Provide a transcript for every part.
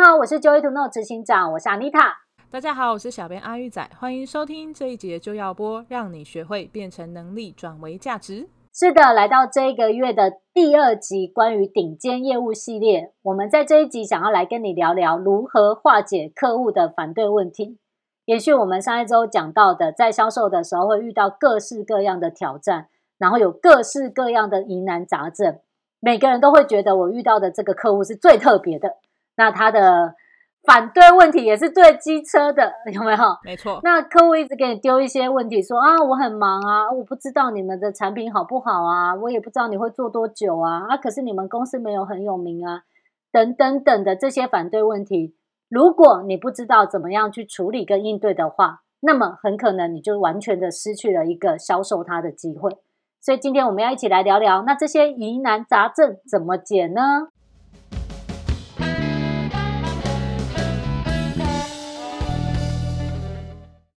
喽，我是 Joy to Know 执行长，我是 Anita。大家好，我是小编阿玉仔，欢迎收听这一集的就要播，让你学会变成能力转为价值。是的，来到这个月的第二集，关于顶尖业务系列，我们在这一集想要来跟你聊聊如何化解客户的反对问题。延续我们上一周讲到的，在销售的时候会遇到各式各样的挑战，然后有各式各样的疑难杂症，每个人都会觉得我遇到的这个客户是最特别的，那他的反对问题也是最机车的，有没有？没错，那客户一直给你丢一些问题说，啊，我很忙啊，我不知道你们的产品好不好啊，我也不知道你会做多久啊，啊，可是你们公司没有很有名啊，等等等的这些反对问题，如果你不知道怎么样去处理跟应对的话，那么很可能你就完全的失去了一个销售它的机会。所以今天我们要一起来聊聊，那这些疑难杂症怎么解呢？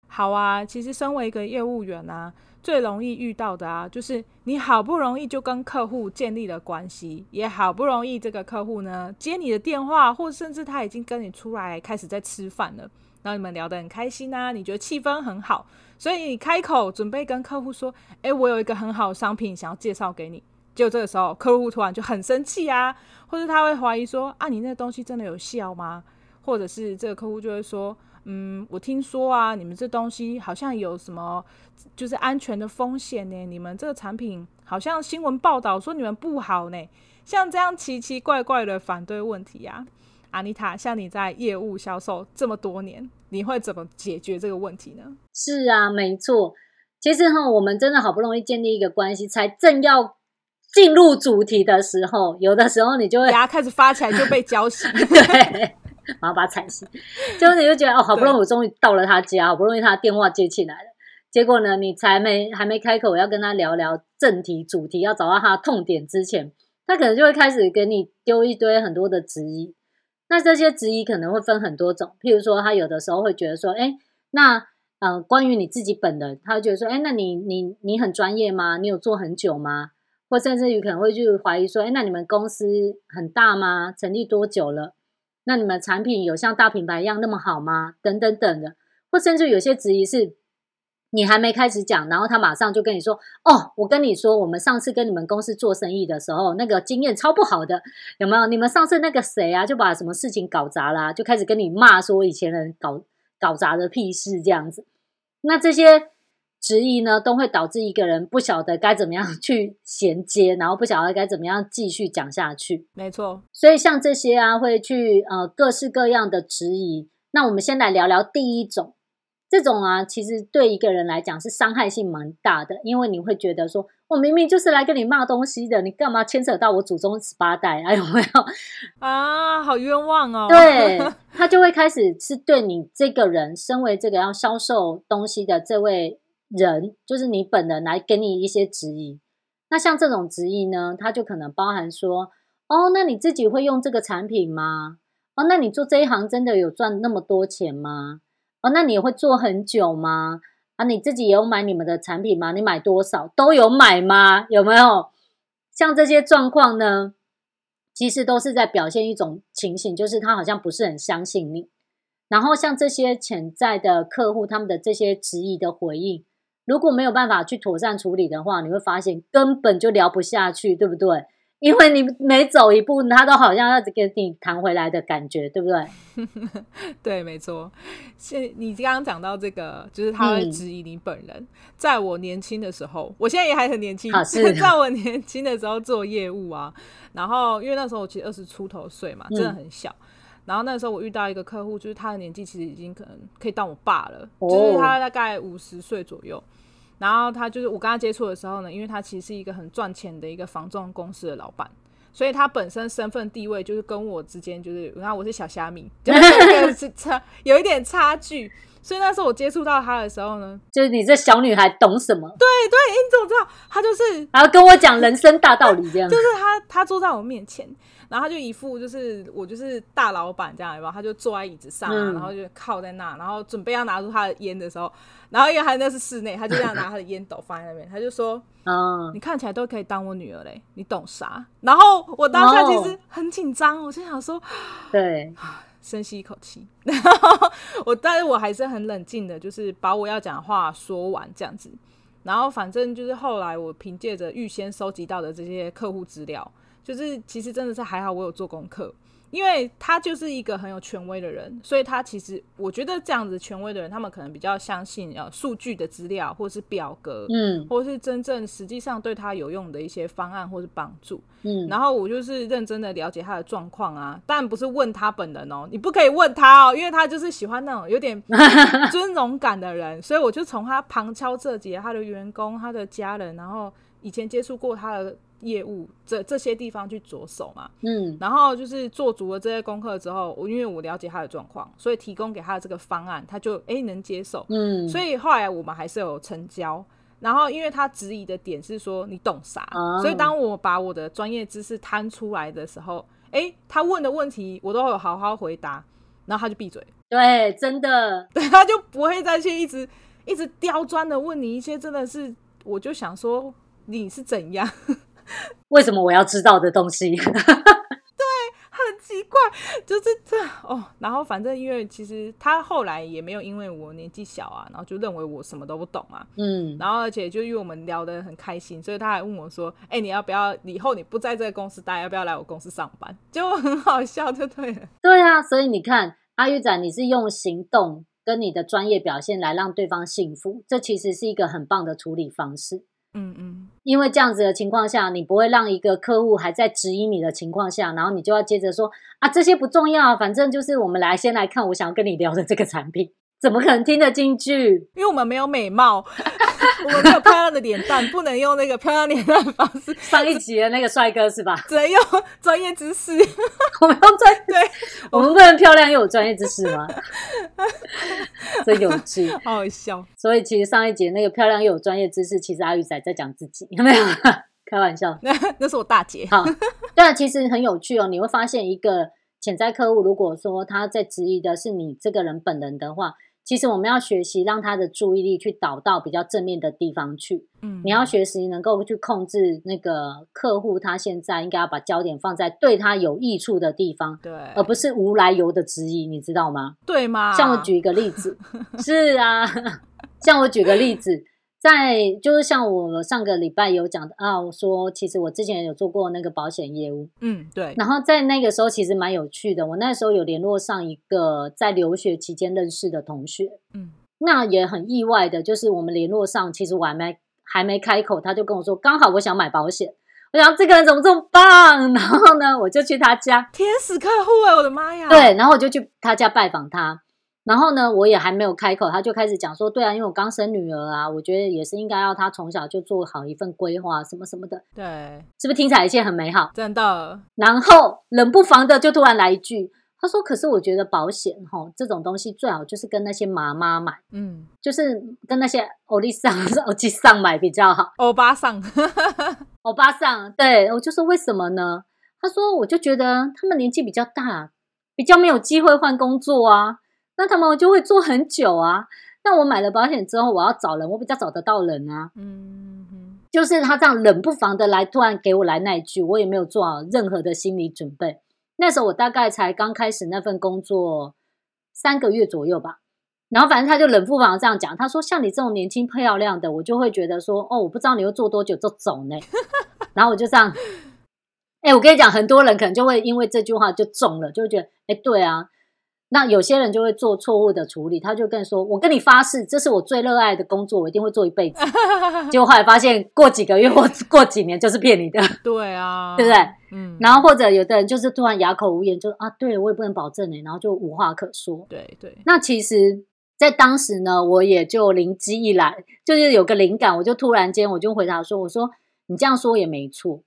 好啊。其实身为一个业务员啊，最容易遇到的啊，就是你好不容易就跟客户建立了关系，也好不容易这个客户呢接你的电话，或甚至他已经跟你出来开始在吃饭了，然后你们聊得很开心啊，你觉得气氛很好，所以你开口准备跟客户说：“诶，我有一个很好的商品想要介绍给你。”结果这个时候，客户突然就很生气啊，或者他会怀疑说：“啊，你那东西真的有效吗？”或者是这个客户就会说：“嗯，我听说啊，你们这东西好像有什么就是安全的风险呢？你们这个产品好像新闻报道说你们不好呢。”像这样奇奇怪怪的反对问题啊，阿妮塔，像你在业务销售这么多年，你会怎么解决这个问题呢？是啊，没错。其实哈，我们真的好不容易建立一个关系，才正要进入主题的时候，有的时候你就会牙开始发起来就被浇熄。 对，然后把它踩熄，就是你就觉得哦，好不容易我终于到了他家，好不容易他的电话接起来了，结果呢，你才没还没开口要跟他聊聊正题主题，要找到他的痛点之前，他可能就会开始给你丢一堆很多的质疑。那这些质疑可能会分很多种，譬如说，他有的时候会觉得说，哎，那呃，关于你自己本人，他会觉得说，哎，那你你你很专业吗？你有做很久吗？或甚至于可能会去怀疑说，哎，那你们公司很大吗？成立多久了？那你们产品有像大品牌一样那么好吗？等等等的，或甚至有些质疑是，你还没开始讲，然后他马上就跟你说：“哦，我跟你说，我们上次跟你们公司做生意的时候，那个经验超不好的，有没有？你们上次那个谁啊，就把什么事情搞砸啦、就开始跟你骂说以前人搞搞砸的屁事这样子。那这些质疑呢，都会导致一个人不晓得该怎么样 去衔接，然后不晓得该怎么样继续讲下去。没错，所以像这些啊，会去呃各式各样的质疑。那我们先来聊聊第一种，这种啊，其实对一个人来讲是伤害性蛮大的，因为你会觉得说，我明明就是来跟你骂东西的，你干嘛牵扯到我祖宗十八代啊？有没有？啊，好冤枉哦！对，他就会开始是对你这个人，身为这个要销售东西的这位人，就是你本人来给你一些质疑。那像这种质疑呢，它就可能包含说，哦，那你自己会用这个产品吗？哦，那你做这一行真的有赚那么多钱吗？哦，那你会做很久吗？啊，你自己有买你们的产品吗？你买多少？都有买吗？有没有？像这些状况呢，其实都是在表现一种情形，就是他好像不是很相信你。然后像这些潜在的客户，他们的这些质疑的回应，如果没有办法去妥善处理的话，你会发现根本就聊不下去，对不对？因为你每走一步，他都好像要给你弹回来的感觉，对不对？ 对，没错。现你刚刚讲到这个，就是他会嗯质疑你本人。在我年轻的时候，我现在也还很年轻 啊，是在我年轻的时候做业务啊，然后因为那时候我其实二十出头岁嘛，真的嗯很小。然后那时候我遇到一个客户，就是他的年纪其实已经可能可以当我爸了，哦就是他大概五十岁左右。然后他就是我跟他接触的时候呢，因为他其实是一个很赚钱的一个房仲公司的老板，所以他本身身份地位就是跟我之间就是，然后我是小虾米， 就是有一点差有一点差距。所以那时候我接触到他的时候呢，就是你这小女孩懂什么？对对，诶你怎么知道？他就是然后跟我讲人生大道理这样就。是他，他坐在我面前，然后他就一副就是我就是大老板这样，然后他就坐在椅子上、啊，嗯然后就靠在那，然后准备要拿出他的烟的时候，然后因为他那是室内，他就这样拿他的烟斗放在那边，他就说：“嗯，你看起来都可以当我女儿嘞，你懂啥？”然后我当下其哦实很紧张，我就想说对，深吸一口气， 然后我但是我还是很冷静的，就是把我要讲的话说完这样子。然后反正就是后来我凭借着预先收集到的这些客户资料，就是其实真的是还好我有做功课，因为他就是一个很有权威的人，所以他其实我觉得这样子权威的人，他们可能比较相信呃数据的资料或是表格，嗯或是真正实际上对他有用的一些方案或是帮助。嗯，然后我就是认真的了解他的状况啊，但不是问他本人哦，你不可以问他哦，因为他就是喜欢那种有点尊荣感的人，所以我就从他旁敲侧击他的员工、他的家人，然后以前接触过他的业务这这些地方去着手嘛。嗯然后就是做足了这些功课之后，我因为我了解他的状况，所以提供给他的这个方案，他就诶能接受。嗯，所以后来我们还是有成交。然后，因为他质疑的点是说你懂啥，哦所以当我把我的专业知识摊出来的时候，诶，他问的问题我都有好好回答，然后他就闭嘴， 对，真的，对，他就不会再去一直一直刁钻的问你一些真的是，我就想说你是怎样， 为什么我要知道的东西？ 很奇怪，就是这哦。然后反正因为其实他后来也没有因为我年纪小啊，然后就认为我什么都不懂啊，嗯，然后而且就因为我们聊得很开心，所以他还问我说：“哎、你要不要以后你不在这个公司待，要不要来我公司上班？”就很好笑，就对了。对啊，所以你看，阿玉仔，你是用行动跟你的专业表现来让对方信服，这其实是一个很棒的处理方式。嗯嗯，因为这样子的情况下，你不会让一个客户还在质疑你的情况下，然后你就要接着说啊，这些不重要啊，反正就是我们来先来看我想要跟你聊的这个产品， 怎么可能听得进去？因为我们没有美貌，我们没有漂亮的脸蛋，不能用那个漂亮脸蛋的方式，上一集的那个帅哥是吧？只能用专业知识。 我们用专对，我们不能漂亮又有专业知识吗？真有趣。好好笑。 所以其实上一节那个漂亮又有专业知识，其实阿玉仔在讲自己，没有啦 开玩笑。那那是我大姐。好，对啊，其实很有趣哦。你会发现，一个潜在客户如果说他在质疑的是你这个人本人的话，其实我们要学习让他的注意力去导到比较正面的地方去。嗯，你要学习能够去控制那个客户，他现在应该要把焦点放在对他有益处的地方，对而不是无来由的质疑，你知道吗？对吗？像我举一个例子，是啊， 像我举个例子，在就是像我上个礼拜有讲啊，我说其实我之前有做过那个保险业务，嗯对然后在那个时候其实蛮有趣的，我那时候有联络上一个在留学期间认识的同学，嗯那也很意外的，就是我们联络上，其实我还没还没开口，他就跟我说，刚好我想买保险。我想这个人怎么这么棒？ 然后呢，我就去他家，天使客户哎、我的妈呀！对，然后我就去他家拜访他，然后呢，我也还没有开口，他就开始讲说，对啊，因为我刚生女儿啊，我觉得也是应该要她从小就做好一份规划，什么什么的，对，是不是听起来一切很美好？真的然后冷不防的就突然来一句，他说，可是我觉得保险哈这种东西最好就是跟那些妈妈买，嗯，就是跟那些欧丽桑、欧吉桑买比较好。欧巴桑 欧巴桑，对我就说为什么呢？他说我就觉得他们年纪比较大，比较没有机会换工作啊，那他们就会做很久啊。那我买了保险之后，我要找人，我比较找得到人啊。嗯嗯就是他这样冷不防的来，突然给我来那一句，我也没有做好任何的心理准备。那时候我大概才刚开始那份工作三个月左右吧，然后反正他就冷不防这样讲，他说像你这种年轻漂亮的，我就会觉得说，哦，我不知道你要做多久就走呢。 然后我就这样，哎、我跟你讲，很多人可能就会因为这句话就中了，就会觉得，哎、对啊。那有些人就会做错误的处理，他就跟你说：“我跟你发誓，这是我最热爱的工作，我一定会做一辈子。”结果后来发现，过几个月或 过几年就是骗你的，对啊，对不对？嗯，然后或者有的人就是突然哑口无言，就啊，对我也不能保证哎，然后就无话可说。对对，那其实，在当时呢，我也就灵机一来，就是有个灵感，我就突然间我就回答说：“我说你这样说也没错，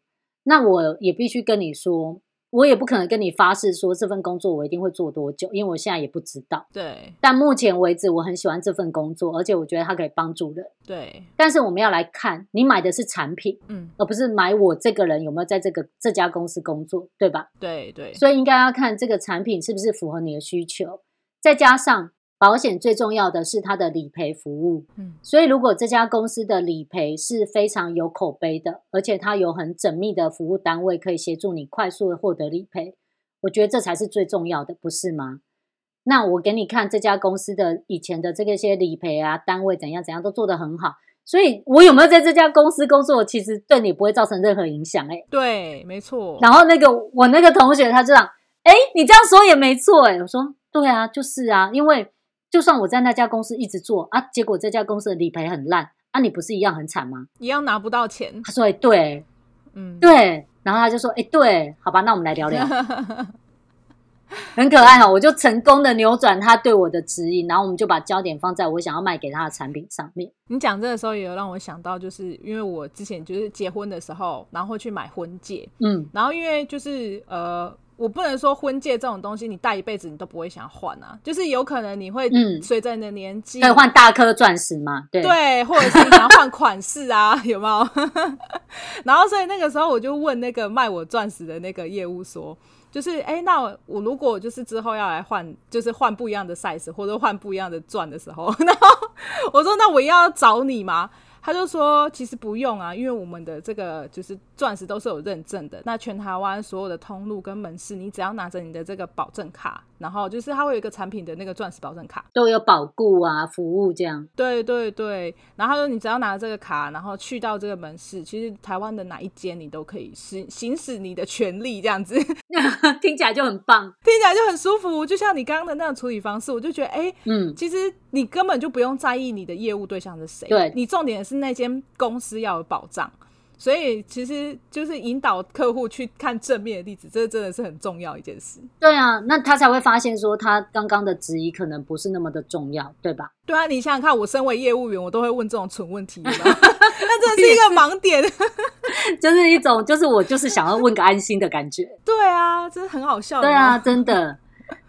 那我也必须跟你说，我也不可能跟你发誓说这份工作我一定会做多久，因为我现在也不知道。对但目前为止，我很喜欢这份工作，而且我觉得它可以帮助人。对，但是我们要来看，你买的是产品。”嗯，而不是买我这个人有没有在这个这家公司工作，对吧？对对，所以应该要看这个产品是不是符合你的需求，再加上保险最重要的是它的理赔服务。嗯所以如果这家公司的理赔是非常有口碑的，而且它有很缜密的服务单位可以协助你快速的获得理赔，我觉得这才是最重要的，不是吗？那我给你看这家公司的以前的这个些理赔啊、单位怎样怎样都做得很好，所以我有没有在这家公司工作，其实对你不会造成任何影响、欸，哎。对，没错。然后那个我那个同学他就讲，哎、你这样说也没错，哎，我说对啊，就是啊，因为就算我在那家公司一直做啊，结果这家公司的理赔很烂，啊，你不是一样很惨吗？一样拿不到钱。他说，哎，对嗯，对，然后他就说，哎，对，好吧，那我们来聊聊，很可爱哈、哦我就成功的扭转他对我的质疑，然后我们就把焦点放在我想要卖给他的产品上面。你讲这个时候也有让我想到，就是因为我之前就是结婚的时候，然后会去买婚戒，嗯，然后因为就是呃，我不能说婚戒这种东西你戴一辈子你都不会想换啊，就是有可能你会嗯随着你的年纪、可以换大颗钻石嘛？对，对，或者是你想要换款式啊， 有没有？然后所以那个时候我就问那个卖我钻石的那个业务说，就是哎、诶那我我如果就是之后要来换，就是换不一样的 size 或者换不一样的钻的时候， 然后我说那我要找你吗？他就说其实不用啊，因为我们的这个就是钻石都是有认证的，那全台湾所有的通路跟门市，你只要拿着你的这个保证卡，然后就是它会有一个产品的那个钻石保证卡，都有保固啊、服务这样。 对对对，然后他说你只要拿这个卡，然后去到这个门市，其实台湾的哪一间你都可以行行使你的权利，这样子 听起听起来就很棒。来就很舒服。就像你刚刚的那种处理方式，我就觉得哎。诶嗯，其实你根本就不用在意你的业务对象是谁，对你重点是那间公司要有保障，所以其实就是引导客户去看正面的例子，这真的是很重要一件事。对啊，那他才会发现说他刚刚的质疑可能不是那么的重要，对吧？对啊，你想想看，我身为业务员，我都会问这种蠢问题，有没有 那真的是一个盲点。 就是一种，就是我就是想要问个安心的感觉。对啊，真的很好笑。对有没啊，有，真的。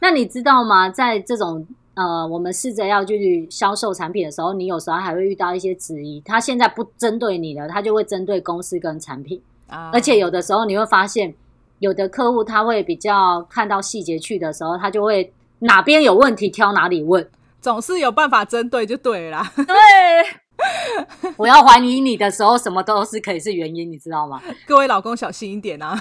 那你知道吗？在这种呃，我们试着要去销售产品的时候，你有时候还会遇到一些质疑。他现在不针对你了，他就会针对公司跟产品。啊而且有的时候你会发现，有的客户他会比较看到细节去的时候，他就会哪边有问题挑哪里问。总是有办法针对就对了啦。 对， 我要怀疑你的时候，什么都是可以是原因，你知道 吗？各位老公小心 一点啊！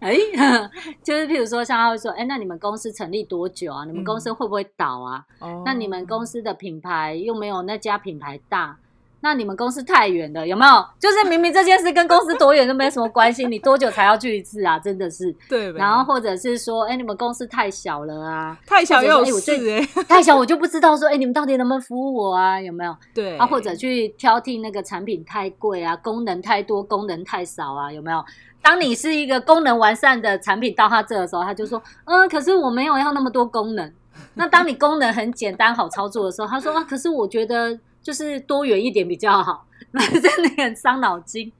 哎， 就是譬如说，像他会说，哎，那你们公司成立多久啊？你们公司会不会倒啊？嗯哦那你们公司的品牌又没有那家品牌大，那你们公司太远了，有没有？就是明明这件事跟公司多远都没什么关系，你多久才要去一次啊？真的是。对呗，然后或者是说，哎，你们公司太小了啊，太小也有或者事说哎我哎、太小我就不知道说，哎，你们到底能不能服务我啊？有没有？ 对啊，或者去挑剔那个产品太贵啊，功能太多，功能太少啊，有没有？当你是一个功能完善的产品到他这的时候，他就说，嗯，可是我没有要那么多功能。那当你功能很简单好操作的时候，他说啊，可是我觉得就是多元一点比较好， 真的很伤脑筋，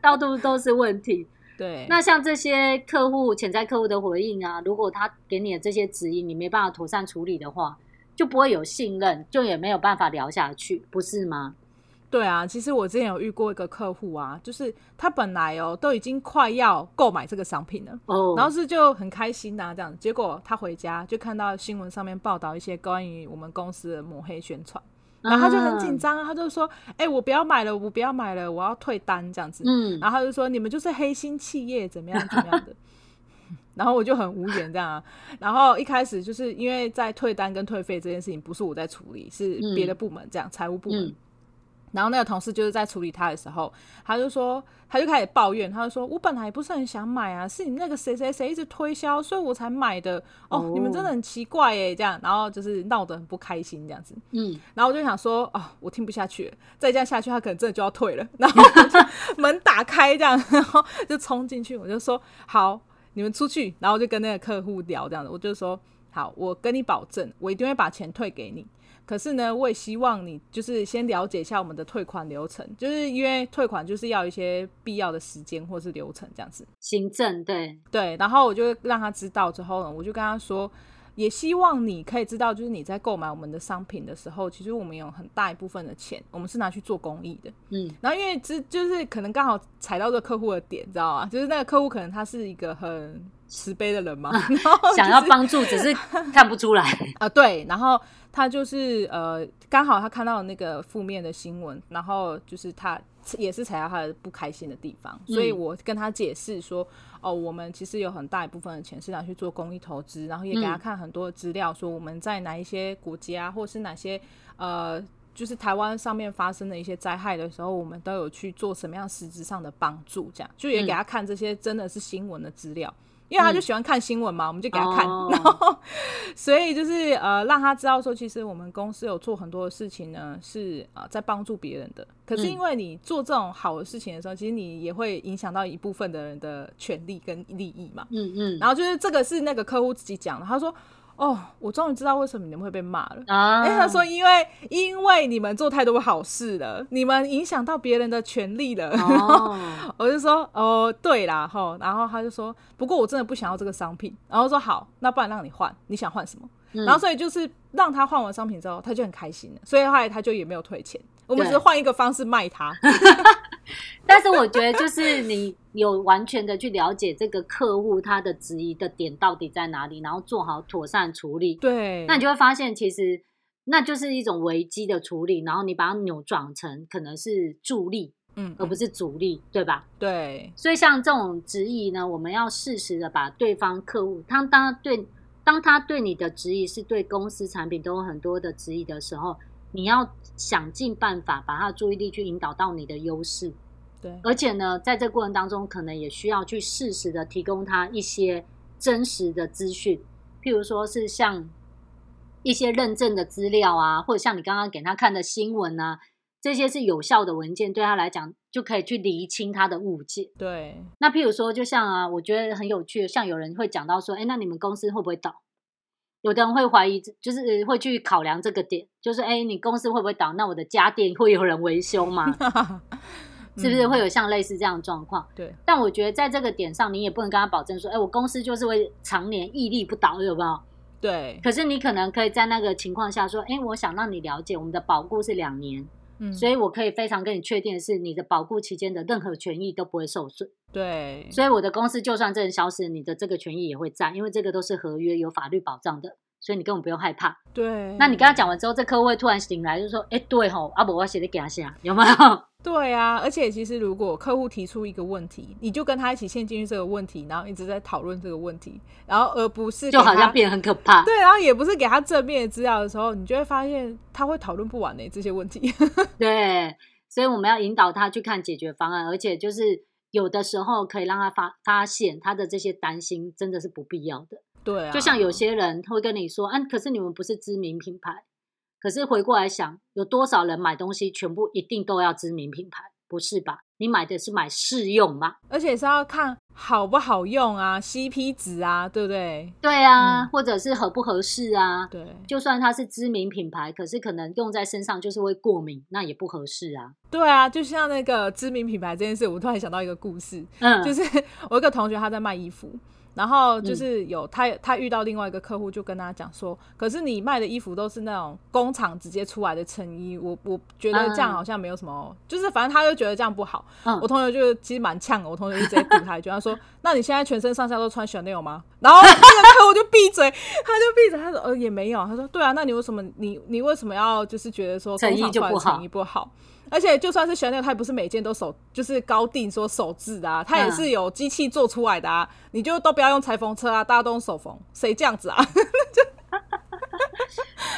到处都是问题。对，那像这些客户、潜在客户的回应啊，如果他给你的这些指引，你没办法妥善处理的话，就不会有信任，就也没有办法聊下去，不是吗？对啊，其实我之前有遇过一个客户啊，就是他本来哦都已经快要购买这个商品了。哦，然后是就很开心啊呐、这样。结果他回家就看到新闻上面报道一些关于我们公司的抹黑宣传，然后他就很紧张啊，他就说：“哎、我不要买了，我不要买了，我要退单这样子。”嗯，然后他就说你们就是黑心企业，怎么样怎么 样的。然后我就很无言这样啊。然后一开始就是因为在退单跟退费这件事情不是我在处理，是嗯别的部门这样，财务部门。嗯然后那个同事就是在处理他的时候，他就说，他就开始抱怨，他就说：“我本来不是很想买啊，是你那个谁谁谁一直推销，所以我才买的。哦，哦你们真的很奇怪耶，这样。”然后就是闹得很不开心这样子。嗯，然后我就想说，哦，我听不下去了，再这样下去，他可能真的就要退了。 然后我就门打开这样，然后就冲进去，我就说好，你们出去。然后我就跟那个客户聊这样子，我就说好，我跟你保证，我一定会把钱退给你。可是呢，我也希望你就是先了解一下我们的退款流程，就是因为退款就是要一些必要的时间或是流程这样子。行政对，对，然后我就让他知道之后呢，我就跟他说，也希望你可以知道，就是你在购买我们的商品的时候，其实我们有很大一部分的钱，我们是拿去做公益的。嗯然后因为这就是可能刚好踩到这个客户的点，你知道吗？就是那个客户可能他是一个很慈悲的人嘛， 然后哦就是想要帮助， 只是看不出来。啊，对，然后他就是呃，刚好他看到那个负面的新闻，然后就是他也是踩到他的不开心的地方，所以嗯我跟他解释说，哦，我们其实有很大一部分的钱是拿去做公益投资，然后也给他嗯看很多资料，说我们在哪一些国家或是哪些呃。就是台湾上面发生的一些灾害的时候，我们都有去做什么样实质上的帮助，这样就也给嗯他看这些真的是新闻的资料，因为他就嗯喜欢看新闻嘛，我们就给他看， 哦然后所以就是呃，让他知道说，其实我们公司有做很多的事情呢，是呃在帮助别人的。可是嗯因为你做这种好的事情的时候，其实你也会影响到一部分的人的权利跟利益嘛。嗯嗯然后就是这个是那个客户自己讲的，他说：“哦，我终于知道为什么你们会被骂了。”啊，哎、他说：“因为因为你们做太多好事了，你们影响到别人的权利了。然后哦， 我就说哦，对啦，吼，然后他就说，不过我真的不想要这个商品，然后说好，那不然让你换，你想换什么？嗯然后所以就是让他换完商品之后，他就很开心了，所以后来他就也没有退钱，我们只是对换一个方式卖他， 但是我觉得就是你有完全的去了解这个客户他的质疑的点到底在哪里，然后做好妥善处理，对，那你就会发现其实那就是一种危机的处理，然后你把它扭转成可能是助力嗯，而不是是阻力，对吧？对，所以像这种质疑呢，我们要适时的把对方客户，他当对当他对你的质疑是对公司产品都有很多的质疑的时候，你要想尽办法把他的注意力去引导到你的优势，对，而且呢，在这过程当中，可能也需要去适时的提供他一些真实的资讯，譬如说是像一些认证的资料啊，或者像你刚刚给他看的新闻啊，这些是有效的文件，对他来讲就可以去厘清他的误解。对，那譬如说，就像啊，我觉得很有趣，像有人会讲到说，哎，那你们公司会不会倒？有的人会怀疑，就是会去考量这个点，就是哎，你公司会不会倒？那我的家电会有人维修 吗？是不是会有？有像类似这样的状况？嗯对，但我觉得在这个点上，你也不能跟他保证说，哎，我公司就是会常年屹立不倒，有没有？对，可是你可能可以在那个情况下说，哎，我想让你了解，我们的保固是两年，嗯，所以以我可以非常跟你确定的是，你的保固期间的任何权益都不会受损。对，所以我的公司就算这人消失，你的这个权益也会在，因为这个都是合约有法律保障的，所以你根本不用害怕。对，那你跟他讲完之后，这客户会突然醒来，就说：“哎、对吼，阿伯我写的给他写，啊有 没有？对啊，而且其实如果客户提出一个问题，你就跟他一起陷进去这个问题，然后一直在讨论这个问题，然后而不是就好给他像变得很可怕。对，然后也不是给他正面的资料的时候，你就会发现他会讨论不完呢、这些问题。 对，所以我们要引导他去看解决方案，而且就是有的时候可以让他发发现他的这些担心真的是不必要的。对啊，就像有些人会跟你说：“啊，可是你们不是知名品牌。”可是回过来想，有多少人买东西全部一定都要知名品牌？不是吧？你买的是买试用嘛？而且是要看好不好用啊，CP 值啊，对不对？对啊，嗯或者是合不合适啊？对就算它是知名品牌，可是可能用在身上就是会过敏，那也不合适啊。对啊，就像那个知名品牌这件事，我突然想到一个故事，嗯， 就是 我有一个同学他在卖衣服，然后就是有他他遇到另外一个客户，就跟他讲说，可是你卖的衣服都是那种工厂直接出来的衬衣，我我觉得这嗯样好像没有什么，就是反正他就觉得这样不好。嗯我同学就其实蛮呛的，我同学就直接堵他一句，他说：“那你现在全身上下都穿 Chanel 吗？”然后那个客户就闭嘴，他就闭嘴，他说：“呃，也没有。”他说：“对啊，那你为什么你你为什么要就是觉得说诚工意厂就出来不的好诚意不好？”而且就算是 Chanel，它也不是每件都手就是高定说手制的啊，它也嗯是有机器做出来的啊。你就都不要用裁缝车啊，大家都用手缝，谁这样子啊？ 就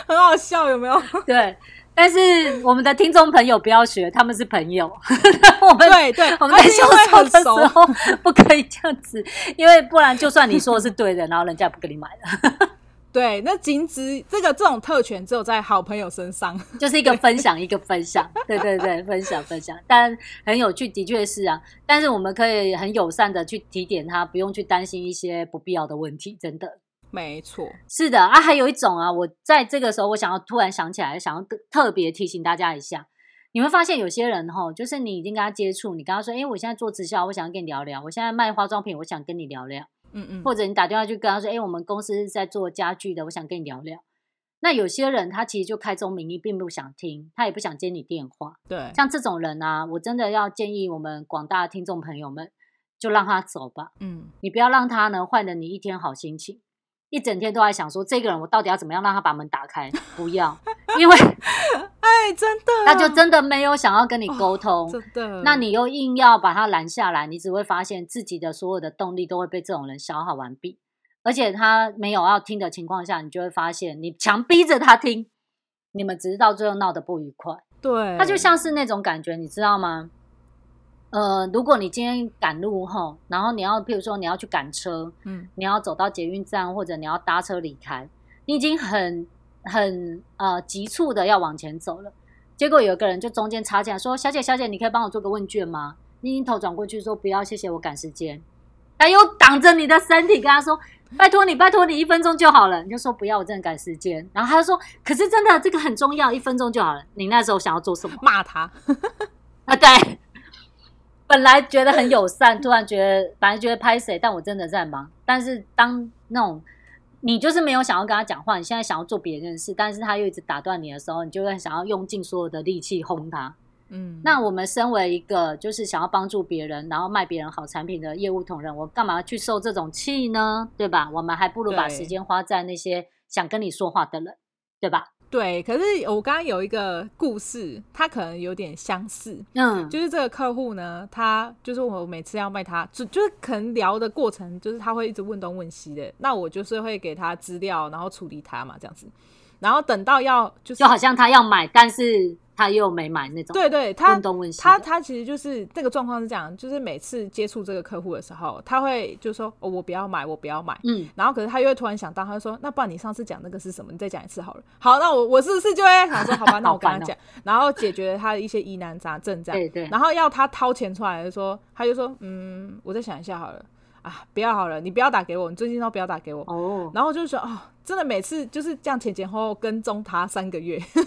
很好笑，有没有？对。但是我们的听众朋友不要学，他们是朋友， 我们对对，我们而在且销因为售很的时熟，候 不可以这样子，因为不然就算你说的是 对的，然后人家也不给你买了，对，那仅止这个这种特权只有在好朋友身上。就是一个分享一个分享，对对对，分享分享，但很有趣，的确是啊，但是我们可以很友善的去提点他，不用去担心一些不必要的问题，真的没错，是的啊，还有一种啊，我在这个时候我想要突然想起来，想要特特别提醒大家一下。你会发现有些人哈、就是你已经跟他接触，你跟他说，哎，我现在做直销，我想要跟你聊聊；我现在卖化妆品，我想跟你聊聊。嗯嗯，或者你打电话去跟他说：“哎、我们公司是在做家具的，我想跟你聊聊。”那有些人他其实就开宗明义，并不想听，他也不想接你电话。对，像这种人啊，我真的要建议我们广大的听众朋友们，就让他走吧，嗯你不要让他呢坏了你一天好心情，一整天都在想说这个人我到底要怎么样让他把门打开，不要，因为 哎，真的，他就真的没有想要跟你沟通。哦真的，那你又硬要把他拦下来，你只会发现自己的所有的动力都会被这种人消耗完毕，而且他没有要听的情况下，你就会发现你强逼着他听，你们只是到最后闹得不愉快。对，它就像是那种感觉，你知道吗？呃，如果你今天赶路吼，然后你要，譬如说你要去赶车，嗯你要走到捷运站，或者你要搭车离开，你已经很很呃急促的要往前走了，结果有个人就中间插进来说：“小姐，小姐，你可以帮我做个问卷吗？”你已经头转过去说：“不要，谢谢，我赶时间。”他又挡着你的身体，跟他说：“拜托你，拜托你，一分钟就好了。”你就说：“不要，我真的赶时间。”然后他就说：“可是真的这个很重要，一分钟就好了。”你那时候想要做什么？骂他， 啊，对，本来觉得很友善， 突然觉得本来觉得拍谁，但我真的在忙。但是当那种你就是没有想要跟他讲话，你现在想要做别人的事，但是他又一直打断你的时候，你就会想要用尽所有的力气轰他。嗯，那我们身为一个就是想要帮助别人，然后卖别人好产品的业务同仁，我干嘛去受这种气呢？对吧？我们还不如把对时间花在那些想跟你说话的人，对吧？对，可是我刚刚有一个故事，它可能有点相似，嗯，就是这个客户呢，他就是我每次要卖他，就就是可能聊的过程，就是他会一直问东问西的，那我就是会给他资料，然后处理他嘛，这样子，然后等到要就是就好像他要买，但是他又没买那种。对对，他问东问西的他他其实就是这个状况是这样，就是每次接触这个客户的时候，他会就说、哦、我不要买，我不要买。嗯，然后，可是他又会突然想到，他就说：“那不然你上次讲那个是什么？你再讲一次好了。”好，那我我是不是就会想说：“好吧，那我跟他好烦哦讲。然后解决他的一些疑难杂症，这样。对对。然后要他掏钱出来的时候，他就说：“嗯，我再想一下好了。”啊，不要好了，你不要打给我，你最近都不要打给我。哦，然后我就说哦，真的每次就是这样前前后后跟踪他三个月， 就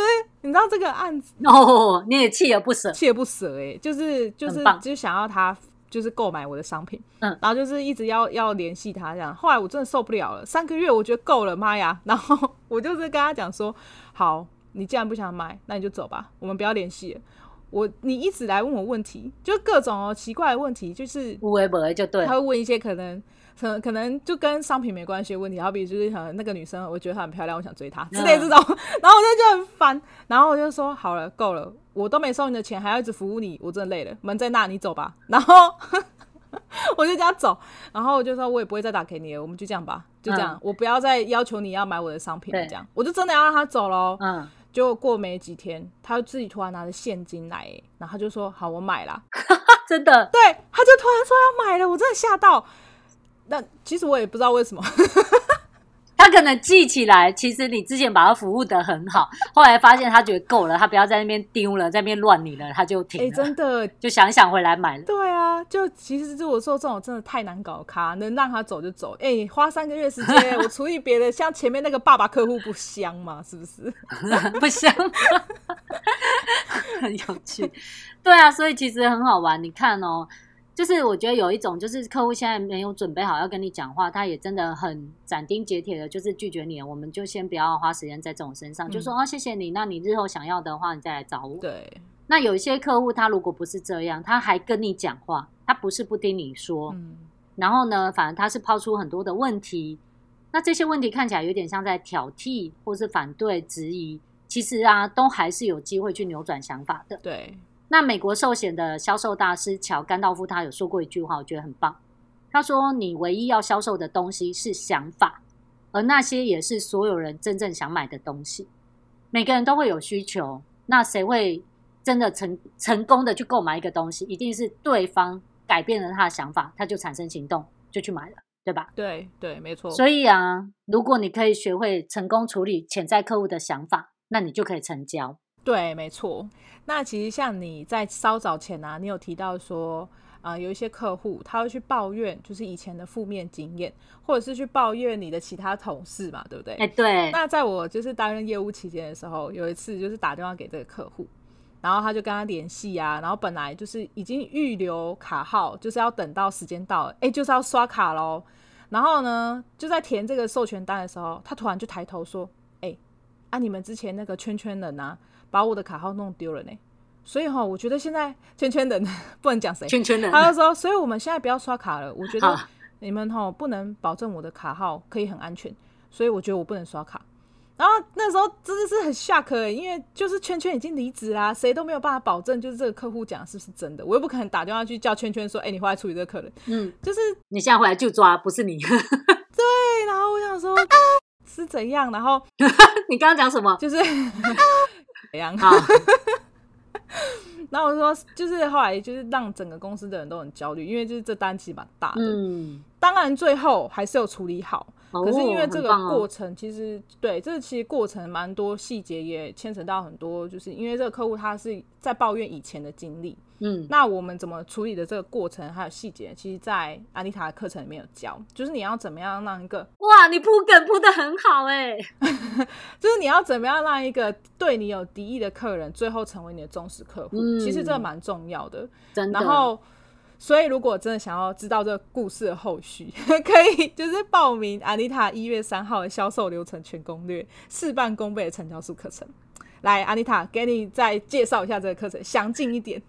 是你知道这个案子哦， 你也锲而不舍，锲而不舍哎、就是就是很棒就是想要他就是购买我的商品，嗯然后就是一直要要联系他这样。后来我真的受不了了，三个月我觉得够了，妈呀！然后我就是跟他讲说，好，你既然不想买，那你就走吧，我们不要联系了。我你一直来问我问题，就各种哦奇怪的问题，就是无为不为就对他了。会问一些可能。可能可能就跟商品没关系的问题，好比就是可能那个女生，我觉得她很漂亮，我想追她之嗯类这种，然后我就觉得很烦，然后我就说好了，够了，我都没收你的钱，还要一直服务你，我真的累了，门在那，你走吧。然后我就这样走，然后我就说我也不会再打给你了，我们就这样吧，就这样，嗯我不要再要求你要买我的商品，对这样，我就真的要让他走喽。嗯，结果过没几天，他自己突然拿着现金来、然后他就说好，我买啦。真的，对，他就突然说要买了，我真的吓到。那其实我也不知道为 什么，他可能记起来，其实你之前把他服务的很好，后来发现他觉得够了，他不要在那边丢了，在那边乱你了，他就哎、停了，真的，就想一想回来买了。对啊，就其实就我说这种真的太难搞的咖，能让他走就走。哎、花三个月时间，我除以别的，像前面那个爸爸客户不香嘛，是不是？不像， 很有趣。对啊，所以其实很好玩。你看哦，就是我觉得有一种，就是客户现在没有准备好要跟你讲话，他也真的很斩钉截铁的，就是拒绝你了。我们就先不要花时间在这种身上，嗯就说哦，谢谢你，那你日后想要的话，你再来找我。对，那有一些客户，他如果不是这样，他还跟你讲话，他不是不听你说，嗯，然后呢，反正他是抛出很多的问题，那这些问题看起来有点像在挑剔或是反对、质疑，其实啊，都还是有机会去扭转想法的。对，那美国寿险的销售大师乔甘道夫他有说过一句话，我觉得很棒。他说：“你唯一要销售的东西是想法，而那些也是所有人真正想买的东西。每个人都会有需求，那谁会真的成成功的去购买一个东西？一定是对方改变了他的想法，他就产生行动，就去买了，对吧？对，对，没错。所以啊，如果你可以学会成功处理潜在客户的想法，那你就可以成交。对，没错。那其实像你在稍早前啊，你有提到说，啊、有一些客户他会去抱怨，就是以前的负面经验，或者是去抱怨你的其他同事嘛，对不对？哎，对，那在我就是担任业务期间的时候，有一次就是打电话给这个客户，然后他就跟他联系啊，然后本来就是已经预留卡号，就是要等到时间到了，哎，就是要刷卡喽。然后呢，就在填这个授权单的时候，他突然就抬头说：“哎、啊，你们之前那个圈圈人啊，把我的卡号弄丢了呢。”所以哈、我觉得现在圈圈人啊不能讲谁，圈圈人， 他就说，所以我们现在不要刷卡了。我觉得好你们哈不能保证我的卡号可以很安全，所以我觉得我不能刷卡。然后那时候真的是很下课、因为就是圈圈已经离职啦，谁都没有办法保证就是这个客户讲的是不是真的，我又不可能打电话去叫圈圈说，哎、你回来处理这个客人，嗯，就是你现在回来就抓，不是你。 对。哎然后我想说是怎样，然后你刚刚讲什么？就是怎样， 好，然后我说就是后来就是让整个公司的人都很焦虑，因为就是这单其实蛮大的，嗯，当然最后还是有处理好，哦可是因为这很个棒哦过程，其实、对这其实过程蛮多细节，也牵扯到很多，就是因为这个客户他是在抱怨以前的经历，嗯，那我们怎么处理的这个过程还有细节，其实，在安妮塔的课程里面有教，就是你要怎么样让一个，哇，你铺梗铺的很好哎、就是你要怎么样让一个对你有敌意的客人，最后成为你的忠实客户，嗯其实这蛮重要的。真的。然后，所以如果真的想要知道这个故事的后续， 可以就是报名安妮塔一月三号的销售流程全攻略，事半功倍的成交术课程。来，安妮塔，给你再介绍一下这个课程，详尽一点。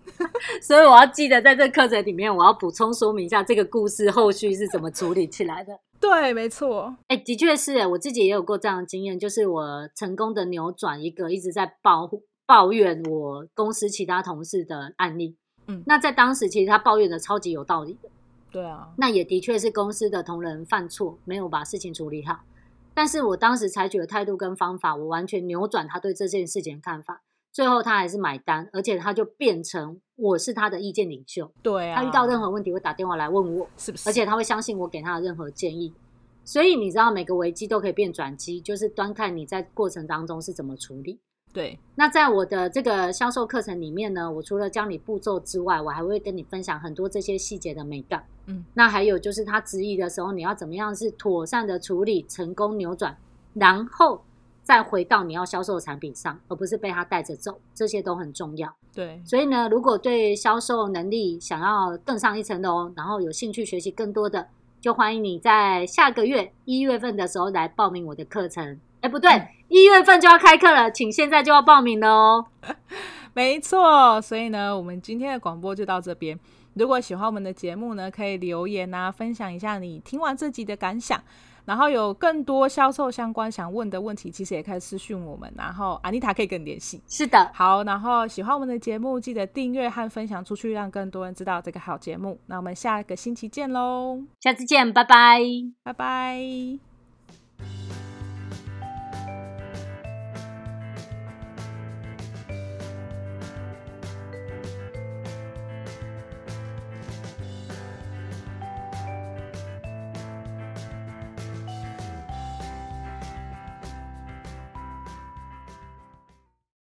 所以我要记得在这课程里面，我要补充说明一下这个故事后续是怎么处理起来的。对，没错，哎、的确是、哎，我自己也有过这样的经验，就是我成功的扭转一个一直在抱抱怨我公司其他同事的案例。嗯那在当时其实他抱怨的超级有道理的，对啊，那也的确是公司的同仁犯错，没有把事情处理好。但是我当时采取的态度跟方法，我完全扭转他对这件事情的看法。最后他还是买单，而且他就变成我是他的意见领袖。对啊，他遇到任何问题会打电话来问我，是不是？而且他会相信我给他的任何建议。所以你知道，每个危机都可以变转机，就是端看你在过程当中是怎么处理。对，那在我的这个销售课程里面呢，我除了教你步骤之外，我还会跟你分享很多这些细节的美感。嗯，那还有就是他质疑的时候，你要怎么样是妥善的处理，成功扭转，然后再回到你要销售的产品上，而不是被他带着走，这些都很重要。对，所以呢，如果对销售能力想要更上一层楼，然后有兴趣学习更多的，就欢迎你在下个月一月份的时候来报名我的课程。哎，不对嗯，一、月份就要开课了，请现在就要报名了哦。没错，所以呢，我们今天的广播就到这边。如果喜欢我们的节目呢，可以留言啊，分享一下你听完这集的感想。然后有更多销售相关想问的问题，其实也可以私讯我们，然后安妮塔可以跟你联系。是的，好，然后喜欢我们的节目，记得订阅和分享出去，让更多人知道这个好节目。那我们下个星期见喽，下次见，拜拜。拜拜。